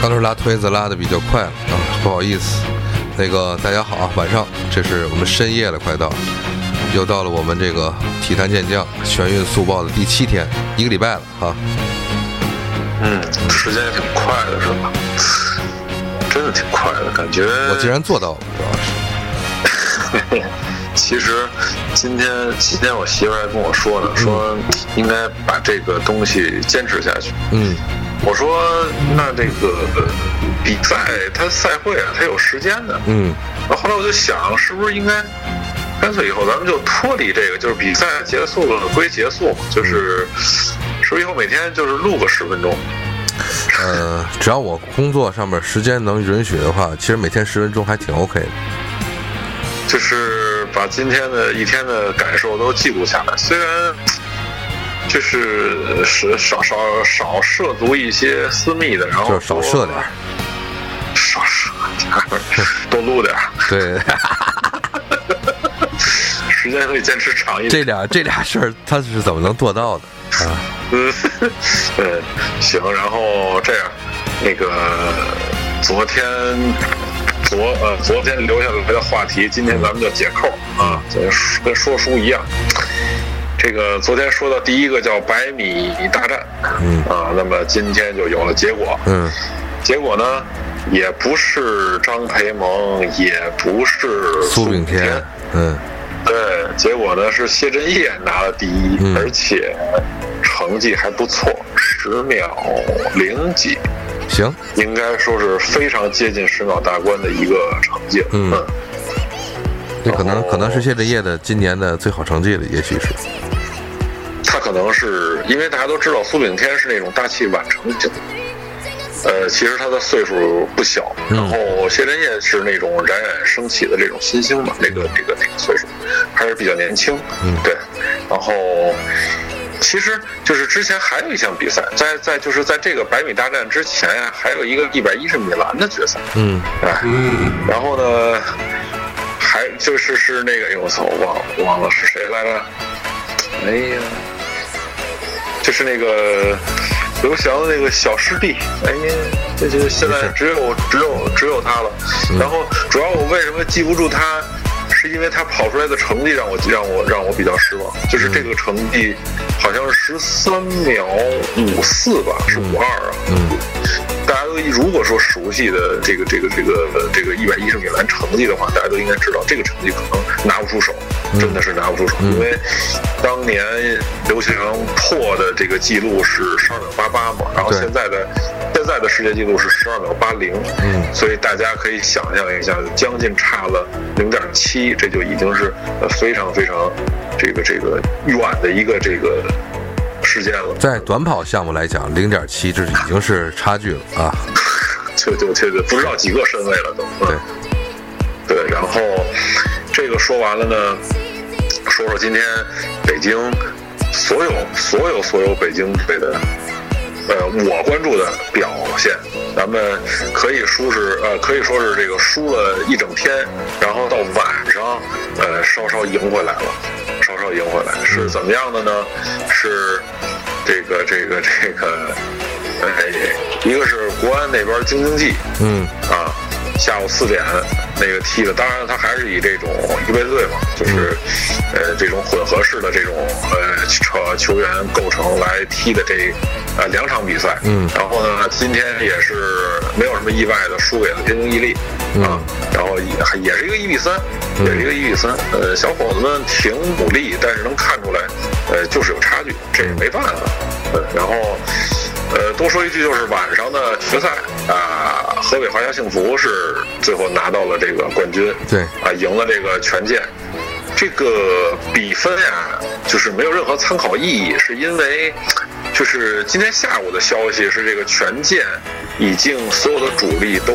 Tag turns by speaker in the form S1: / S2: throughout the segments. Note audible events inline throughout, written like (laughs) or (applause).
S1: 刚才拉推子拉的比较快了啊，不好意思。那个大家好啊，晚上这是我们深夜了，快到了，又到了我们这个体坛健将全运速报的第七天，一个礼拜了啊。
S2: 嗯，时间也挺快的，是吧？真的挺快的，感觉。
S1: 我竟然做到了，主要是。
S2: 其实今天今天我媳妇儿还跟我说呢，说应该把这个东西坚持下去。
S1: 嗯，
S2: 我说那这个呃比赛它赛会啊，它有时间的。
S1: 嗯，
S2: 然后后来我就想，是不是应该干脆以后咱们就脱离这个，就是比赛结束了归结束，就是是不是以后每天就是录个十分钟？
S1: 呃，只要我工作上面时间能允许的话，其实每天十分钟还挺 OK 的。
S2: 就是把今天的一天的感受都记录下来。虽然就是呃是少少少涉足一些私密的，然后
S1: 就是少涉点儿
S2: 多，少涉点儿，多录点儿，
S1: 对，
S2: 时间可以坚持长一点。
S1: 这俩这俩事儿他是怎么能做到的啊？
S2: (laughs) 嗯，嗯，行，然后这样，那个昨天昨呃昨天留下来的话题，今天咱们就解扣啊，就跟说书一样。这个昨天说的第一个叫百米大战，
S1: 嗯
S2: 啊，那么今天就有了结果，
S1: 嗯
S2: 结果呢，也不是张培萌，也不是
S1: 苏炳添，嗯
S2: 对，结果呢是谢震业拿了第一，
S1: 嗯
S2: 而且成绩还不错，十秒零几，
S1: 行，
S2: 应该说是非常接近十秒大关的一个成绩。
S1: 嗯
S2: 嗯
S1: 这可能可能是谢震业的今年的最好成绩了，也许是。
S2: 他可能是因为大家都知道苏炳添是那种大器晚成型，呃，其实他的岁数不小，
S1: 嗯
S2: 然后谢震业是那种冉冉升起的这种新星嘛，那个这个那个岁数还是比较年轻，
S1: 嗯
S2: 对，然后。其实就是之前还有一项比赛，在在就是在这个百米大战之前呀，还有一个一百一十米栏的决赛，
S1: 嗯
S2: 哎，然后呢，还就是是那个，哎呦我操，我忘了忘了是谁来着？哎呀，就是那个刘翔的那个小师弟，哎呀，这就是现在只有只有只有他了。然后主要我为什么记不住他，是因为他跑出来的成绩让我让我让我比较失望，就是这个成绩好像是十三秒五四吧，是五二啊。
S1: 嗯
S2: 大家都如果说熟悉的这个这个这个呃这个一百一十米栏成绩的话，大家都应该知道这个成绩可能拿不出手，真的是拿不出手，因为当年刘翔破的这个记录是十二秒八八嘛，然后
S1: 对
S2: 现在的现在的世界纪录是十二秒八零，
S1: 嗯
S2: 所以大家可以想象一下，将近差了零点七，这就已经是呃非常非常这个这个远的一个这个时间了。
S1: 在短跑项目来讲，零点七这已经是差距了啊。
S2: 就就就就不知道几个身位了都。嗯
S1: 对
S2: 对，然后这个说完了呢，说说今天北京所有所有所有北京队的，呃，我关注的表现，咱们可以说是呃，可以说是这个输了一整天，然后到晚上，呃，稍稍赢回来了，稍稍赢回来是怎么样的呢？是这个这个这个，呃，一个是国安那边京津冀，
S1: 嗯
S2: 啊，下午四点那个踢的，当然他还是以这种预备队嘛，就是、
S1: 嗯
S2: 呃这种混合式的这种呃球球员构成来踢的这呃两场比赛，
S1: 嗯
S2: 然后呢今天也是没有什么意外的输给了天津伊利，啊
S1: 嗯，
S2: 然后也也是一个一比三，也是一个一比三，呃小伙子们挺努力，但是能看出来，呃就是有差距，这也没办法，呃然后。呃，多说一句，就是晚上的决赛啊、河北华夏幸福是最后拿到了这个冠军，
S1: 对
S2: 啊、赢了这个权健。这个比分呀、就是没有任何参考意义，是因为就是今天下午的消息是这个权健已经所有的主力都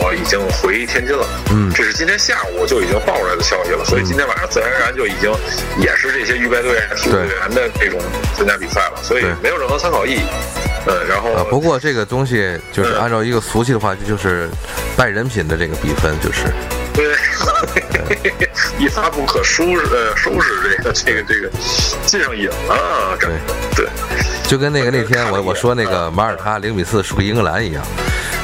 S2: 呃已经回天津了，
S1: 嗯
S2: 这是今天下午就已经爆出来的消息了，所以今天晚上自然而然就已经也是这些预备队、啊体育队员的这种参加比赛了，所以
S1: 对
S2: 没有任何参考意义。嗯，然后
S1: 啊，不过这个东西就是按照一个俗气的话，就是拜人品的这个比分，就是
S2: 对，一发不可收拾，呃，收拾这个这个这个进上瘾了，感觉对，
S1: 就跟那个那天我我说那个马耳他零比四输给英格兰一样，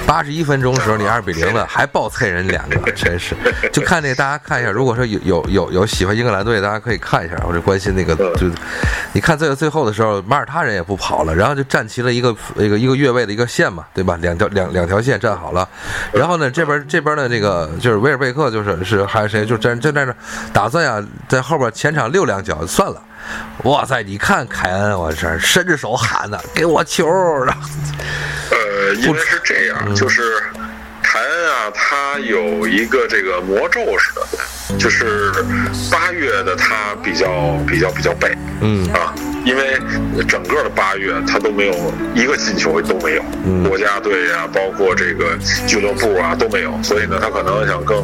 S1: 八十一分钟的时候你二比零了，还爆脆人两个，真是。就看那大家看一下，如果说有有有有喜欢英格兰队，大家可以看一下，或者关心那个，就你看最最后的时候，马耳他人也不跑了，然后就站齐了一个一个一个越位的一个线嘛，对吧？两条两两条线站好了，然后呢这边这边的那个就是威尔贝克就是是还是谁就站站在那打算呀、在后边前场溜两脚算了。哇塞！你看凯恩，我这伸着手喊的，给我球儿！然后
S2: 呃，因为是这样，就是凯恩啊，他有一个这个魔咒似的，就是八月的他比较比较比较背
S1: 嗯
S2: 啊，因为整个的八月他都没有一个进球都没有，
S1: 嗯
S2: 国家队啊，包括这个俱乐部啊都没有，所以呢，他可能想更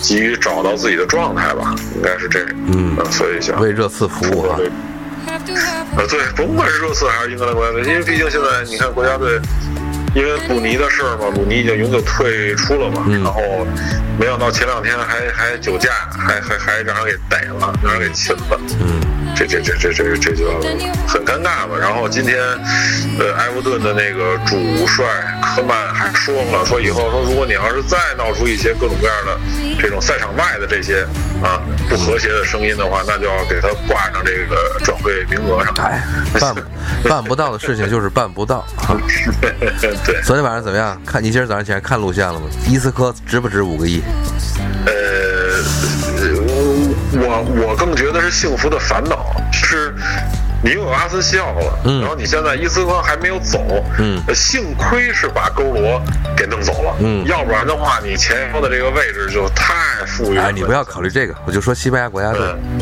S2: 急于找到自己的状态吧，应该是这样，
S1: 嗯
S2: 所以想
S1: 为热刺服务啊！
S2: 呃，对，甭管是热刺还是英格兰国家队，因为毕竟现在你看国家队，因为鲁尼的事儿嘛，鲁尼已经永久退出了嘛，然后没想到前两天还还酒驾，还还还让人给逮了，让人给擒了，嗯，这这这这这这就很尴尬吧。然后今天，呃，埃弗顿的那个主帅科曼还说了，说以后说如果你要是再闹出一些各种各样的这种赛场外的这些啊不和谐的声音的话，那就要给他挂上这个转会名额上。
S1: 哎，办不办不到的事情就是办不到啊！
S2: (laughs) 对，
S1: 昨天晚上怎么样？看你今儿早上起来看录像了吗？伊斯科值不值五个亿？
S2: 呃，我我更觉得是幸福的烦恼是。你又有阿森西奥了，
S1: 嗯
S2: 然后你现在伊斯科还没有走，
S1: 嗯
S2: 呃幸亏是把勾罗给弄走了，
S1: 嗯
S2: 要不然的话，你前腰的这个位置就太富裕了。
S1: 哎，你不要考虑这个，我就说西班牙国家队
S2: 嗯，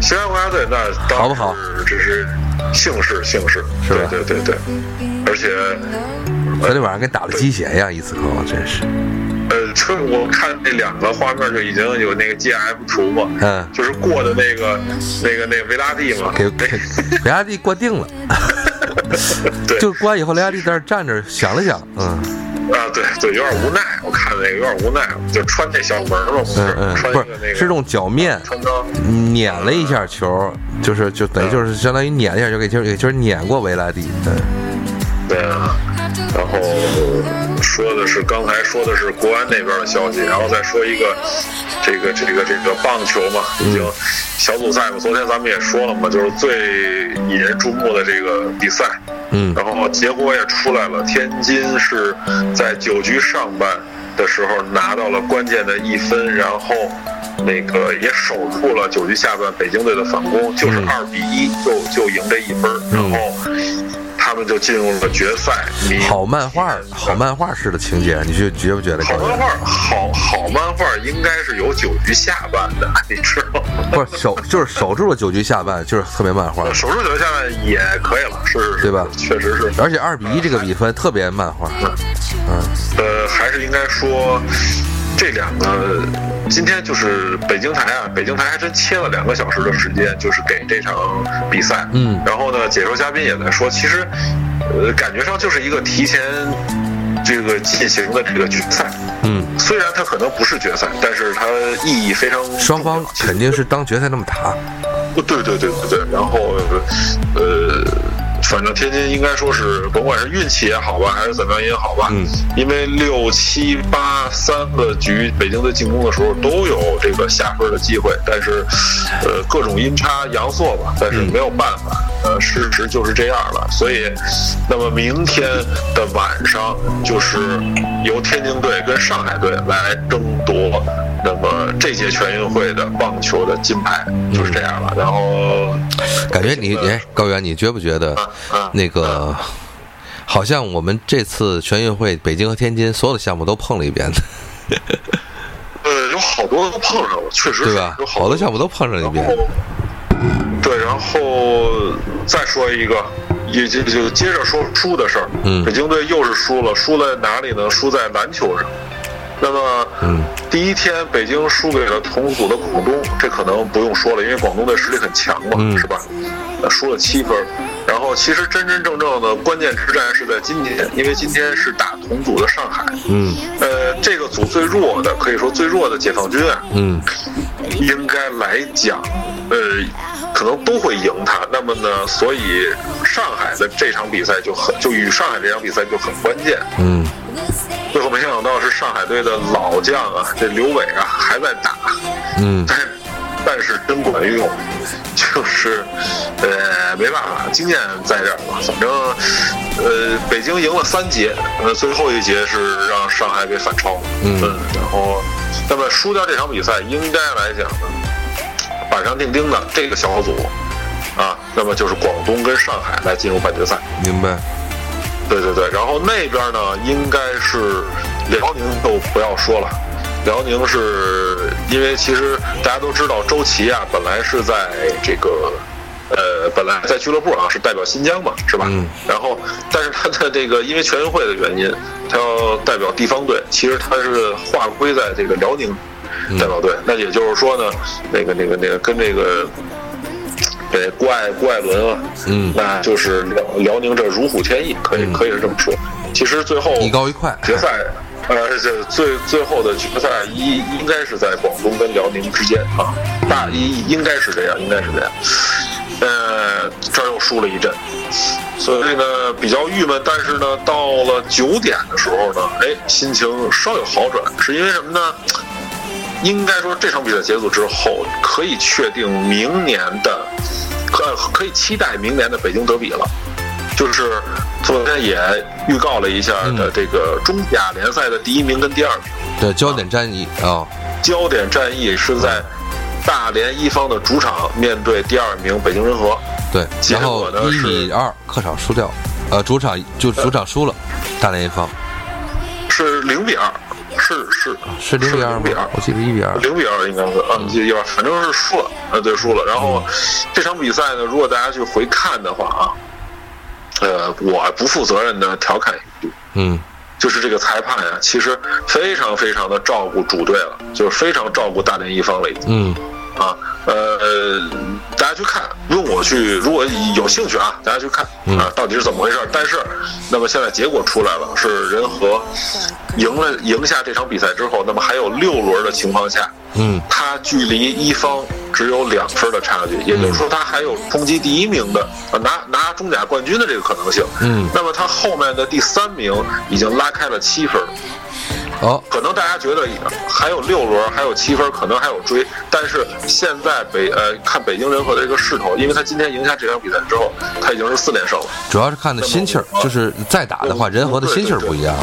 S2: 西安国家队那当
S1: 好不好
S2: 时这是姓氏姓氏，
S1: 是吧
S2: 对对对对，而且嗯
S1: 昨天晚上跟打了鸡血一样，伊斯科真是，
S2: 呃，春我看那两个画面就已经有那个 GIF 图嘛，
S1: 嗯
S2: 就是过的那个那个那个维拉蒂嘛，
S1: 给给雷阿蒂关定了，(laughs)
S2: 对
S1: 就关以后，雷阿蒂在那儿站着想了想，嗯
S2: 啊对对，有点无奈，我看那个有点无奈，就穿那小门嘛，不
S1: 嗯
S2: 是、
S1: 嗯，
S2: 穿一
S1: 不
S2: 个那
S1: 是
S2: 个
S1: 是用脚面。
S2: 穿裆。
S1: 撵了一下球，就是就等于就是相当于撵了一下就给球给球撵过维拉蒂，嗯对，
S2: 对啊，然后说的是刚才说的是国安那边的消息，然后再说一个这个这个这个棒球嘛，已
S1: 嗯
S2: 经小组赛嘛，昨天咱们也说了嘛，就是最引人注目的这个比赛，
S1: 嗯
S2: 然后哦结果也出来了，天津是在九局上半的时候拿到了关键的一分，然后那个也守住了九局下半北京队的反攻，就是
S1: 嗯
S2: 二比一就就赢这一分儿，然后他们就进入了决赛。你
S1: 好漫画，好漫画式的情节，你觉觉不觉得？
S2: 好漫画，好好漫画应该是有九局下半的， (laughs) 你知道吗？
S1: 不是守就是守住了九局下半，就是特别漫画，
S2: 守住九局下半也可以了，是是，是
S1: 对吧
S2: 确实是。
S1: 而且二比一这个比分特别漫画，
S2: 呃，还是应该说这两个，今天就是北京台啊，北京台还真切了两个小时的时间，就是给这场比赛。
S1: 嗯
S2: 然后呢，解说嘉宾也在说，其实呃，感觉上就是一个提前这个进行的这个决赛。
S1: 嗯，
S2: 虽然它可能不是决赛，但是它意义非常重要
S1: 双方肯定是当决赛那么打，
S2: 对对对对对，然后呃，反正天津应该说是，甭管是运气也好吧，还是怎么样也好吧，
S1: 嗯
S2: 因为六七八三个局北京队进攻的时候都有这个下分的机会，但是呃各种阴差阳错吧，但是没有办法，呃事实就是这样了，所以那么明天的晚上就是由天津队跟上海队来争夺。那么这届全运会的棒球的金牌就是
S1: 嗯
S2: 这样了，然后
S1: 感觉你哎，高原，你觉不觉得那个好像我们这次全运会北京和天津所有的项目都碰了一遍，
S2: 呃有好多都碰上了，确实是
S1: 对吧
S2: 有？
S1: 好
S2: 多
S1: 多项目都碰上一遍
S2: 然，后对，然后再说一个，也就就接着说输的事儿。
S1: 嗯
S2: 北京队又是输了，输在哪里呢？输在篮球上。那么，
S1: 嗯，
S2: 第一天北京输给了同组的广东，这可能不用说了，因为广东队实力很强嘛，
S1: 嗯
S2: 是吧？呃输了七分儿。然后其实真真正正的关键之战是在今天，因为今天是打同组的上海。
S1: 嗯
S2: 呃，这个组最弱的，可以说最弱的解放军啊，
S1: 嗯
S2: 应该来讲，呃，可能都会赢他。那么呢，所以上海的这场比赛就很，就与上海这场比赛就很关键。
S1: 嗯
S2: 最后没想到是上海队的老将啊，这刘伟啊还在打，
S1: 嗯
S2: (laughs) 但但是真管用，就是呃没办法，经验在这儿吧。反正呃北京赢了三节，呃最后一节是让上海给反超，
S1: 嗯
S2: 然后那么输掉这场比赛，应该来讲呢，板上钉钉的这个小组啊，那么就是广东跟上海来进入半决赛。
S1: 明白。
S2: 对对对，然后那边呢，应该是辽宁就不要说了，辽宁是因为其实大家都知道周琦啊，本来是在这个。呃，本来在俱乐部啊是代表新疆嘛，是吧？
S1: 嗯
S2: 然后，但是他的这个因为全运会的原因，他要代表地方队，其实他是划归在这个辽宁代表队。那也就是说呢，那个那个那个跟这个对，郭艾郭艾伦啊，
S1: 嗯
S2: 那就是辽辽宁这如虎添翼，可以、可以是这么说。其实最后
S1: 一高一快。
S2: 决赛，呃，这最最后的决赛应应该是在广东跟辽宁之间啊，大一应该是这样，应该是这样。呃，这儿又输了一阵，所以呢比较郁闷。但是呢，到了九点的时候呢，哎，心情稍有好转，是因为什么呢？应该说这场比赛结束之后，可以确定明年的，可可以期待明年的北京德比了。就是昨天也预告了一下的这个中甲联赛的第一名跟第二名，
S1: 对，焦点战役啊，
S2: 焦点战役是在大连一方的主场面对第二名北京人和。
S1: 对。
S2: 结
S1: 然
S2: 果
S1: 后
S2: 呢
S1: 一
S2: 是
S1: 比二客场输掉，呃，主场就主场输了，大连一方
S2: 是零比二，是是
S1: 是零比二
S2: 零比
S1: 吗
S2: 二？
S1: 我记得一比二。
S2: 零比二应该是啊，一比二，反正是输了，啊对，输了。然后这场比赛呢，如果大家去回看的话啊，呃，我不负责任的调侃一句，
S1: 嗯
S2: 就是这个裁判啊，其实非常非常的照顾主队了，就是非常照顾大连一方了已经。
S1: 嗯
S2: 啊，呃，大家去看，用我去，如果有兴趣啊，大家去看
S1: 嗯
S2: 啊，到底是怎么回事儿？但是，那么现在结果出来了，是人和赢了赢下这场比赛之后，那么还有六轮的情况下，
S1: 嗯
S2: 他距离一方只有两分的差距，也就是说他还有冲击第一名的，呃拿拿中甲冠军的这个可能性。
S1: 嗯。
S2: 那么他后面的第三名已经拉开了七分了。
S1: 哦，
S2: 可能大家觉得还有六轮，还有七分，可能还有追，但是现在北呃看北京人和的这个势头，因为他今天赢下这场比赛之后，他已经是四连胜了。
S1: 主要是看的心气儿，就是再打的话，人和的心气儿不一样，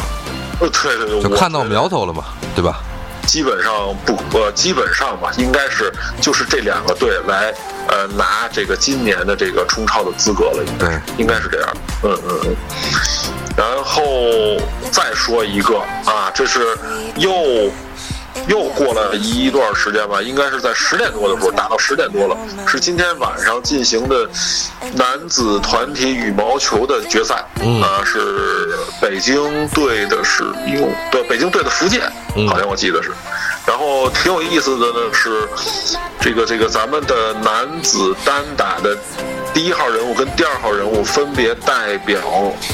S2: 呃，对对对，
S1: 就
S2: 我
S1: 看到
S2: 觉得
S1: 苗头了嘛，对吧？
S2: 基本上不呃，基本上吧，应该是就是这两个队来呃拿这个今年的这个冲超的资格了，应该是应该是这样。嗯嗯嗯。然后再说一个啊，这是又又过了一段时间吧，应该是在十点多的时候打到十点多了，是今天晚上进行的男子团体羽毛球的决赛，
S1: 嗯
S2: 啊是北京队的是哟，对北京队的福建，
S1: 嗯
S2: 好像我记得是。然后挺有意思的呢是，这个这个咱们的男子单打的第一号人物跟第二号人物分别代表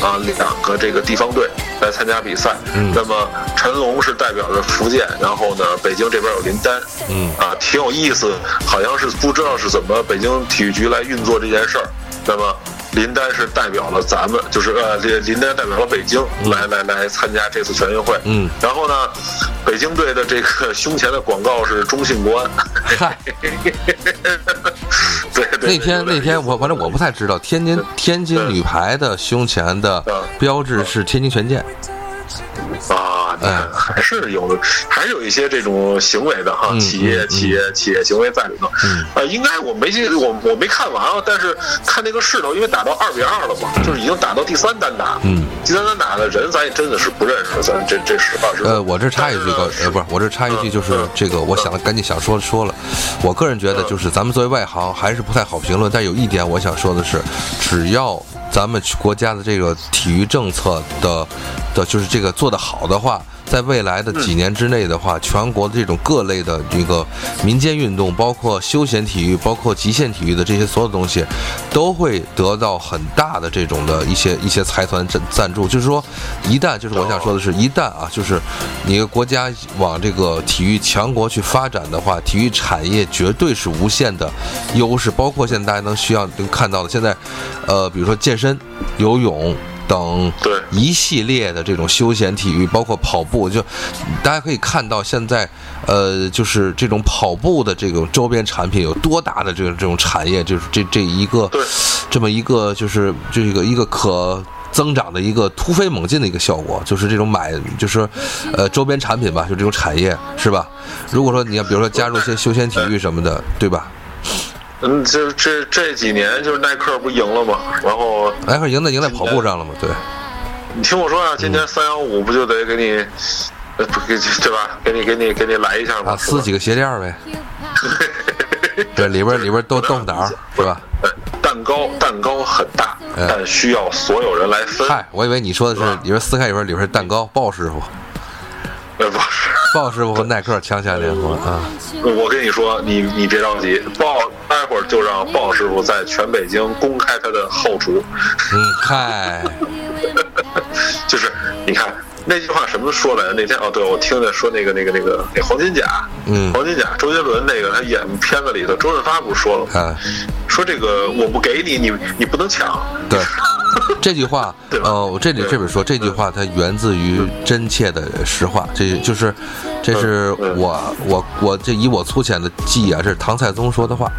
S2: 啊两个这个地方队来参加比赛。
S1: 嗯
S2: 那么陈龙是代表着福建，然后呢北京这边有林丹，
S1: 嗯
S2: 啊挺有意思，好像是不知道是怎么北京体育局来运作这件事儿。那么。林丹是代表了咱们，就是呃，林林丹代表了北京来来来参加这次全运会。
S1: 嗯
S2: 然后呢，北京队的这个 (laughs) 胸前的广告是中信国安。 (laughs)
S1: 嗨，
S2: 对对对
S1: 那天那天我反正我不太知道，天津天津女排的胸前的标志是天津权健，
S2: 啊，你看
S1: 哎
S2: 还是有的，还是有一些这种行为的哈，
S1: 嗯
S2: 企业、
S1: 嗯
S2: 企业、企业行为在里头。
S1: 嗯
S2: 呃，应该我没记，我我没看完啊，但是看那个势头，因为打到二比二了嘛，就是已经打到第三单打。
S1: 嗯，
S2: 第三单打的人咱也真的是不认识，咱这这实话实说。
S1: 呃，我这插一句高，呃，不是，嗯我这插一句就是这个，我想了，赶紧想说说了。我个人觉得，就是咱们作为外行，还是不太好评论。但有一点我想说的是，只要咱们国家的这个体育政策的的，就是这个做得好的话，在未来的几年之内的话，全国的这种各类的这个民间运动，包括休闲体育，包括极限体育的这些所有东西，都会得到很大的这种的一些一些财团赞赞助。就是说，一旦就是我想说的是，一旦啊，就是你国家往这个体育强国去发展的话，体育产业绝对是无限的优势。包括现在大家能需要能看到的，现在，呃，比如说健身、游泳。等
S2: 对
S1: 一系列的这种休闲体育，包括跑步，就大家可以看到现在，呃，就是这种跑步的这种周边产品有多大的这种这种产业，就是这这一个
S2: 对
S1: 这么一个就是这个一个可。增长的一个突飞猛进的一个效果，就是这种买，就是，呃，周边产品吧，就这种产业是吧？如果说你要比如说加入一些休闲体育什么的，对吧？
S2: 嗯，这这这几年就是耐克不赢了吗？然后
S1: 耐哎克赢在赢在跑步上了嘛？对，
S2: 你听我说啊，今
S1: 嗯
S2: 年三幺五不就得给你，呃不给对吧？给你给你给你来一下吗？
S1: 啊，撕几个鞋垫儿呗，对，里边儿里边儿都豆腐脑儿是吧？
S2: 呃蛋糕蛋糕很大，
S1: 嗯
S2: 但需要所有人来分。
S1: 嗨，我以为你说的是里边撕开里边里边是蛋糕，鲍师傅，
S2: 呃，不是，
S1: 鲍师傅和耐克强强联合啊！
S2: 我跟你说，你你别着急，鲍待会儿就让鲍师傅在全北京公开他的后厨。
S1: 嗯，嗨，
S2: 就是你看那句话什么说来着？那天哦，对我听着说那个那个那个那黄金甲，
S1: 嗯
S2: 黄金甲，周杰伦那个他演片子里头，周润发不是说了吗？
S1: 啊，
S2: 说这个我不给你，你你不能抢。
S1: 对，这句话，
S2: (laughs) 对吧
S1: 呃，我这里这本说这句话，它源自于真切的实话，这就是，这是
S2: 嗯嗯
S1: 我我我这以我粗浅的记忆啊，这是唐太宗说的话。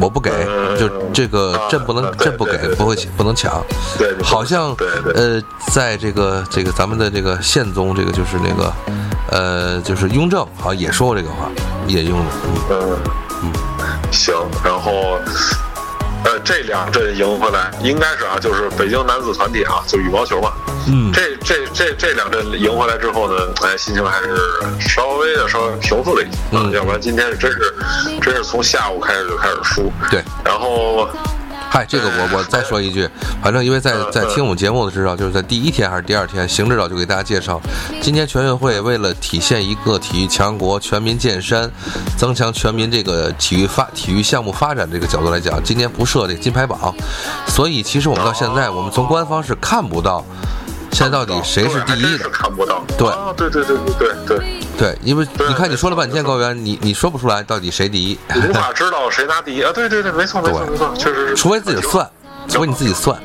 S1: 我不给，
S2: 嗯
S1: 就这个
S2: 啊
S1: 朕不能
S2: 啊，对
S1: 朕不给
S2: 对对，对
S1: 不会不能抢。
S2: 对，你
S1: 好像
S2: 对对
S1: 呃，在这个这个咱们的这个宪宗，这个就是那个呃，就是雍正，好像也说过这个话，也用了。嗯
S2: 嗯，行，然后。呃，这两阵赢回来应该是啊，就是北京男子团体啊，就羽毛球嘛。
S1: 嗯
S2: 这这这这两阵赢回来之后呢，哎，心情还是稍微的稍微平复了一些，啊
S1: 嗯
S2: 要不然今天是真是真是从下午开始就开始输。
S1: 对，
S2: 然后
S1: 嗨，这个我我再说一句，反正因为在
S2: 嗯
S1: 在听我们节目的知道，就是在第一天还是第二天，邢指导就给大家介绍，今年全运会为了体现一个体育强国、全民健身，增强全民这个体育发体育项目发展这个角度来讲，今年不设这个金牌榜，所以其实我们到现在，我们从官方是看不到现在到底谁是第
S2: 对还
S1: 一
S2: 真
S1: 的
S2: 是。看不到。
S1: 对
S2: 啊，对对对对对对，
S1: 对，因为
S2: 对
S1: 你看你
S2: 没
S1: 说了
S2: 错
S1: 半天，
S2: 没错
S1: 高原，你你说不出来到底谁第一，
S2: 无法知道谁拿第一啊！对对对，没错没错
S1: 对
S2: 没错，确实
S1: (laughs)
S2: 是。
S1: 除非自己算，除非你自己算。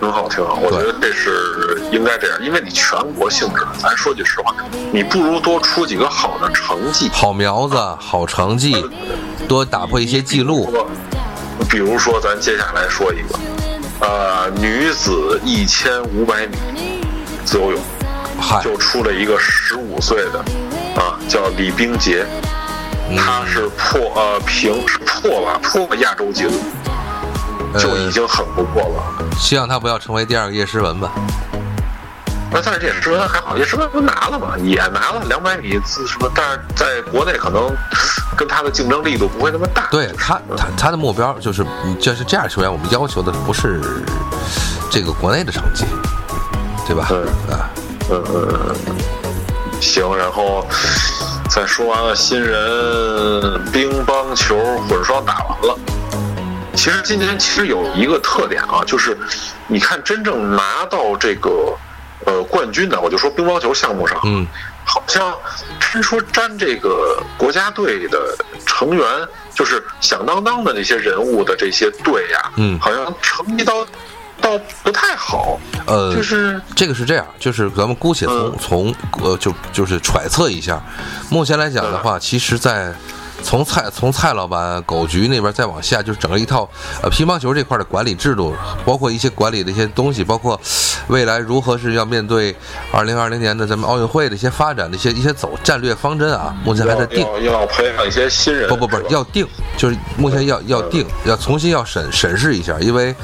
S2: 挺好，挺好。我觉得这是应该这样，因为你全国性质，咱说句实话，你不如多出几个好的成绩，
S1: 好苗子，好成绩，多打破一些记录。
S2: 比如说，咱接下来说一个，呃，女子一千五百米自由泳
S1: 嗨，
S2: 就出了一个十五岁的，啊，叫李冰洁，
S1: 嗯
S2: 她是破呃平是破了破了亚洲纪录，就已
S1: 呃，
S2: 经很不错了。
S1: 希望他不要成为第二个叶诗文吧。
S2: 那但是叶诗文还好，叶诗文不拿了嘛，也拿了两百米自什么，但是在国内可能跟她的竞争力度不会那么大。
S1: 对他，他他的目标就是，嗯就是这样的球员，我们要求的不是这个国内的成绩，对吧？
S2: 对
S1: 啊，
S2: 呃，行，然后再说完了新人乒乓球混双打完了。其实今年其实有一个特点啊，就是你看真正拿到这个呃冠军的，我就说乒乓球项目上，
S1: 嗯，
S2: 好像真说沾这个国家队的成员，就是响当当的那些人物的这些队呀、
S1: 嗯
S2: 好像成绩倒倒不太好，
S1: 呃，
S2: 就是
S1: 这个是这样，就是咱们姑且从、
S2: 嗯
S1: 从呃就就是揣测一下，目前来讲的
S2: 嗯
S1: 话，其实在。从蔡从蔡老板狗局那边再往下，就是整个一套呃乒乓球这块的管理制度，包括一些管理的一些东西，包括未来如何是要面对二零二零年的咱们奥运会的一些发展的一些一些走战略方针啊，目前还在定。
S2: 嗯要要要培养一些新人，
S1: 不不不
S2: 是，吧嗯
S1: 要定，就是目前要要定，要重新要审审视一下，因为，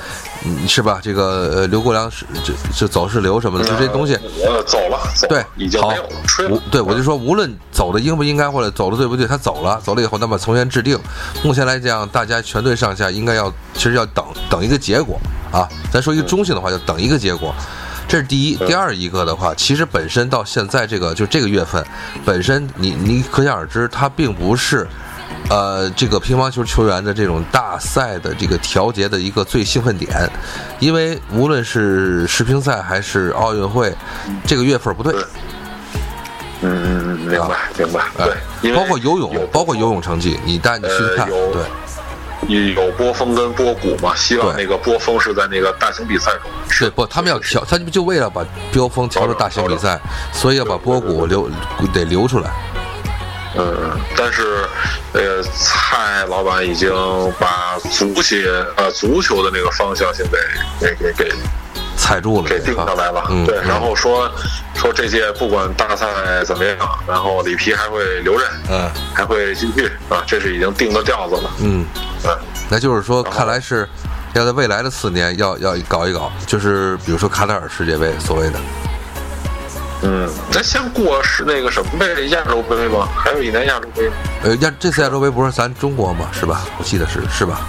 S1: 嗯是吧？这个呃，刘国梁是这这走势流什么的，就这些东西，
S2: 呃走了，走了
S1: 对，
S2: 已经
S1: 好
S2: 没有了吹
S1: 无
S2: 了，
S1: 对，我就说，无论走的应不应该，或者走的对不对，他走了，走了以后，那么从严制定。目前来讲，大家全队上下应该要，其实要等等一个结果啊。咱说一个中性的话，就等一个结果。这这是第一。第二一个的话，其实本身到现在这个就这个月份，本身你你可想而知，它并不是。呃，这个乒乓球球员的这种大赛的这个调节的一个最兴奋点，因为无论是世乒赛还是奥运会，这个月份不对，
S2: 嗯，明白明白，
S1: 哎
S2: 对，因为
S1: 包括游泳
S2: 有，
S1: 包括游泳成绩，你带你去
S2: 呃
S1: 看，
S2: 有
S1: 对，
S2: 有波峰跟波谷嘛，希望
S1: 对
S2: 那个波峰是在那个大型比赛中，
S1: 对不，他们要调，他们就为了把标峰调到大型比赛，所以要把波谷留得留出来，
S2: 嗯，但是，呃，蔡老板已经把足协呃足球的那个方向性给给给给
S1: 踩住了
S2: 给定
S1: 啊
S2: 下来了，
S1: 嗯，
S2: 对，
S1: 嗯
S2: 然后说说这届不管大赛怎么样，然后里皮还会留任，
S1: 嗯
S2: 还会继续啊，这是已经定的调子了，
S1: 嗯，
S2: 嗯，
S1: 那就是说，看来是要在未来的四年要要搞一搞，就是比如说卡塔尔世界杯所谓的，
S2: 嗯，咱先过是那个什么呗，亚洲杯吧，还有一年亚洲杯，
S1: 呃，亚这次亚洲杯不是咱中国吗？是吧？我记得是是吧？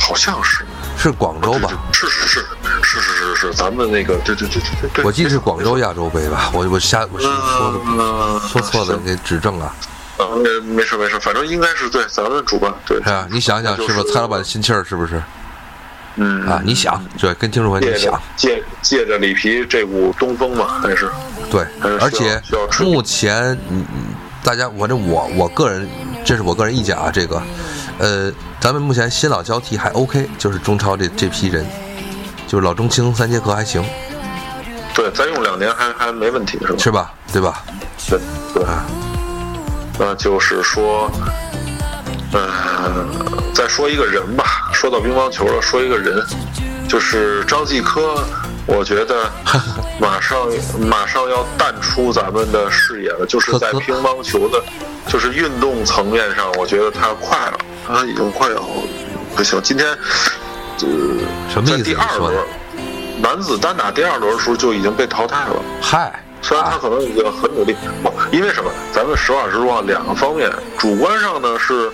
S2: 好像是，
S1: 是广州吧？
S2: 是是是是是是是，咱们那个对对对对对对，
S1: 我记得是广州亚洲杯吧？我我瞎我是说的
S2: 嗯，
S1: 说错了，给指正啊，
S2: 啊，没没事没事，反正应该是对咱们主办对
S1: 是吧？啊你想想，是不是蔡老板的心气儿是不是
S2: 嗯
S1: 啊？你想，对，跟听众朋友
S2: 借
S1: 你
S2: 着
S1: 想，
S2: 借借着里皮这股东风嘛，还是
S1: 对
S2: 还是需，要
S1: 而且
S2: 需要吃
S1: 目前嗯，大家反正我我个人，这是我个人意见啊，这个，呃，咱们目前新老交替还 OK，就是中超这这批人，就是老中青三节课还行，
S2: 对，咱用两年还还没问题是吧？
S1: 是吧？对吧？
S2: 对对，那就是说，呃，再说一个人吧，说到乒乓球了，说一个人，就是张继科，我觉得
S1: (laughs)
S2: 马上马上要淡出咱们的视野了，就是在
S1: 科科
S2: 乒乓球的，就是运动层面上，我觉得他快了，他已经快要不行，今天呃，
S1: 什么
S2: 在
S1: 意思？
S2: 第
S1: 你
S2: 二
S1: 说
S2: 轮
S1: 的？
S2: 男子单打第二轮的时候就已经被淘汰了。
S1: 嗨，
S2: 虽然他可能已经很努力，不，因为什么？咱们实话实说，两个方面，主观上呢是，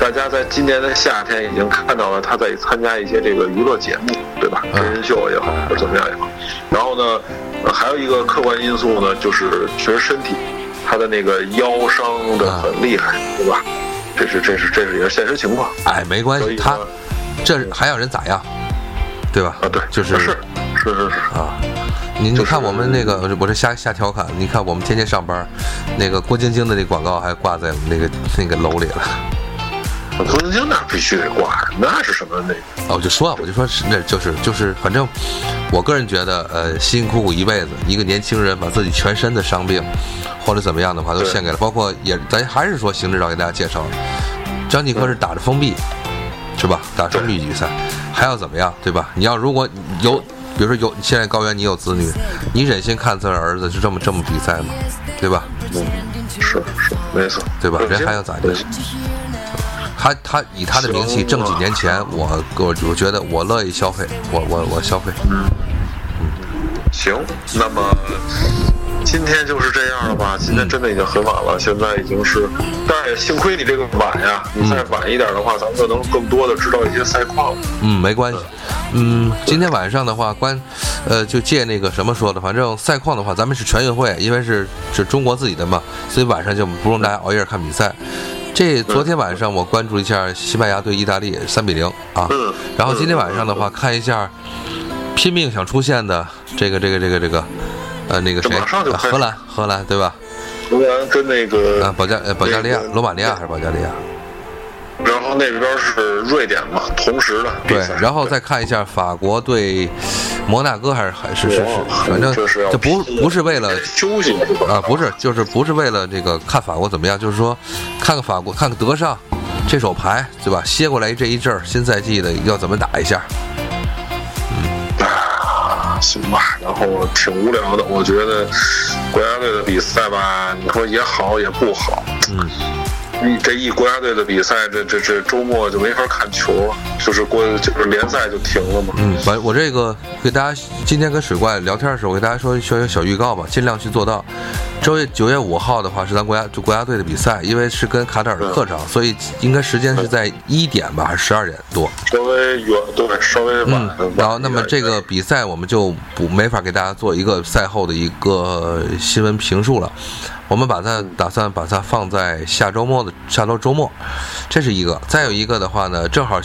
S2: 大家在今年的夏天已经看到了他在参加一些这个娱乐节目，对
S1: 嗯
S2: 吧？真人秀也好，或者怎么样也好。然后呢，呃还有一个客观因素呢，就是其实身体，他的那个腰伤的很厉害，对吧？这是这是这是也是现实情况
S1: 哎，没关
S2: 所
S1: 系，
S2: 以
S1: 他
S2: 呢
S1: 这是还要人咋样，对吧？
S2: 啊，对，
S1: 就是
S2: 是是是是，
S1: 啊。你你
S2: 就是
S1: 看我们那个，我这瞎瞎调侃。你看我们天天上班，那个郭晶晶的那广告还挂在我们那个那个楼里了。
S2: 郭晶啊晶那必须得挂，那是什么那个？
S1: 啊，我就说啊，我就说是，那就是就是，反正我个人觉得，呃，辛辛苦苦一辈子，一个年轻人把自己全身的伤病或者怎么样的话，都
S2: 对
S1: 献给了，包括也咱还是说邢指导给大家介绍了，张继科是打着封闭，是吧？打着封闭比赛，还要怎么样，对吧？你要如果有，比如说有现在高原你有子女，你忍心看自个儿儿子就这么这么比赛吗？对吧？
S2: 是是没错，
S1: 对吧
S2: 郭晶
S1: 人
S2: 晶
S1: 还要咋地
S2: 对
S1: 他他以他的名气，
S2: 行
S1: 挣几年前，我我我觉得我乐意消费，我我我消费。
S2: 行，那么今天就是这样了吧？今天真的已经很晚了，现在已经是，但是也幸亏你这个晚呀，你再晚一点的话，咱们就能更多的知道一些赛况了。
S1: 嗯，没关系。嗯，今天晚上的话，关，呃，就借那个什么说的，反正赛况的话，咱们是全运会，因为是是中国自己的嘛，所以晚上就不用大家熬夜看比赛。这昨天晚上我关注一下西班牙对意大利三比零啊
S2: 嗯，
S1: 然后今天晚上的话看一下拼命想出现的这个这个这个这个，呃，那个
S2: 这
S1: 谁，
S2: 马上就
S1: 啊
S2: 开始嗯
S1: 荷兰荷兰对吧？
S2: 荷兰跟那个
S1: 啊，，保加呃保加利亚
S2: 那个
S1: 罗马尼亚还是保加利亚？
S2: 然后那边是瑞典嘛，同时的比
S1: 对
S2: 赛，，
S1: 然后再看一下法国对摩纳哥还是还是是是
S2: 哇，
S1: 反正
S2: 这是要
S1: 这不
S2: 拼了
S1: 不是为了
S2: 休息是吧
S1: 啊，不是，就是不是为了这个看法国怎么样，就是说看看法国，看看德尚这手牌，对吧？歇过来这一阵儿，新赛季的要怎么打一下？
S2: 行吧，然后挺无聊的。我觉得国家队的比赛吧，你说也好也不好，
S1: 嗯，
S2: 一这一国家队的比赛，这这这周末就没法看球了，就是国就是联赛就停了嘛。
S1: 嗯，完我这个给大家今天跟水怪聊天的时候，我给大家说说一个小预告吧，尽量去做到。周月九月五号的话是咱国家就国家队的比赛，因为是跟卡塔尔的客场，所以应该时间是在一点吧，还是十二点多？
S2: 稍微远，对，稍微晚。晚
S1: 嗯然后，那么这个比赛我们就不没法给大家做一个赛后的一个新闻评述了，我们把它打算把它放在下周末的下周周末，这是一个。再有一个的话呢，正好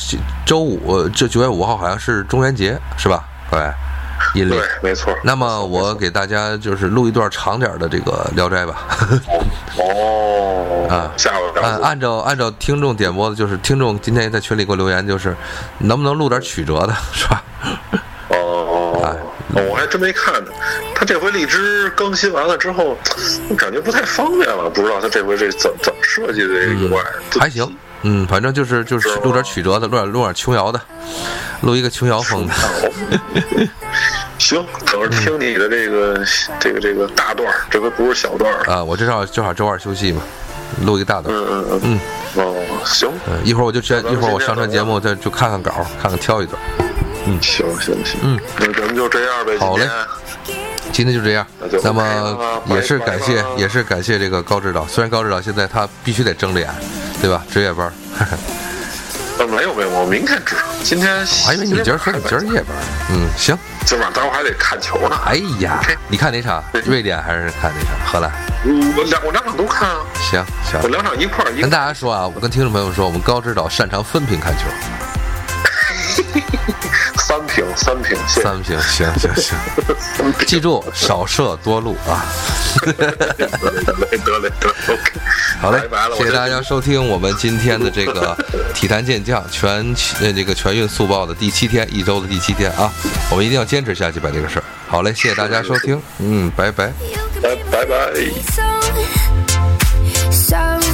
S1: 周五呃这九月五号好像是中元节是吧？对，阴历
S2: 对。，没错。
S1: 那么我给大家就是录一段长点儿的这个《聊斋》吧。
S2: 哦，
S1: 啊
S2: 下午
S1: 按按照按照听众点播的，就是听众今天也在群里给我留言，就是能不能录点曲折的，是吧？啊
S2: 哦哦哦，我还真没看呢。他这回荔枝更新完了之后，感觉不太方便了，不知道他这回这怎怎么设计的这一块、
S1: 还行，嗯，反正就是就是
S2: 是吗
S1: 录点曲折的，录点录点琼瑶的，录一个琼瑶风的。
S2: 行，等着听你的这个、
S1: 嗯
S2: 这个这个大段儿，这回不是小段儿了。
S1: 啊，我这正好正好周二休息嘛，录一个大段。
S2: 嗯嗯嗯哦，行
S1: 嗯，一会儿我就直接，
S2: 那咱
S1: 一
S2: 们
S1: 会儿我
S2: 先
S1: 上传
S2: 聊
S1: 节
S2: 聊
S1: 目再就看看稿，看看挑一段。
S2: 行行行，嗯，那咱们就这样呗，
S1: 好嘞
S2: 今天
S1: 今天就这样
S2: 那就，
S1: 那
S2: OK
S1: 么
S2: 了啊
S1: 也是
S2: 拜
S1: 感
S2: 拜
S1: 谢
S2: 了，
S1: 也是感谢这个高指导。虽然高指导现在他必须得睁着眼，对吧？值夜班儿，
S2: 呃没有没有，我明天知道，今天
S1: 还以哎为你今儿说你今儿夜班儿。嗯，行。
S2: 今晚待会儿还得看球呢。
S1: 哎呀，你看哪场？瑞典还是看哪场？荷兰？
S2: 嗯我两我两场都看啊，
S1: 行行
S2: 我。两场一块儿一
S1: 跟大家说啊，我跟听众朋友们说，我们高指导擅长分屏看球，
S2: 三平三平，谢谢
S1: 三屏，行行行，
S2: (laughs) 三平，
S1: 记住少射多录啊。
S2: 得嘞得嘞得嘞得嘞，OK，
S1: 好嘞
S2: 拜拜了，，
S1: 谢谢大
S2: 我这
S1: 家收听我们今天的这个体坛健将全呃这个全运速报的第七天，一周的第七天啊，我们一定要坚持下去把这个事儿。好嘞，谢谢大家收听，嗯，拜拜。
S2: 拜拜拜。
S3: So, so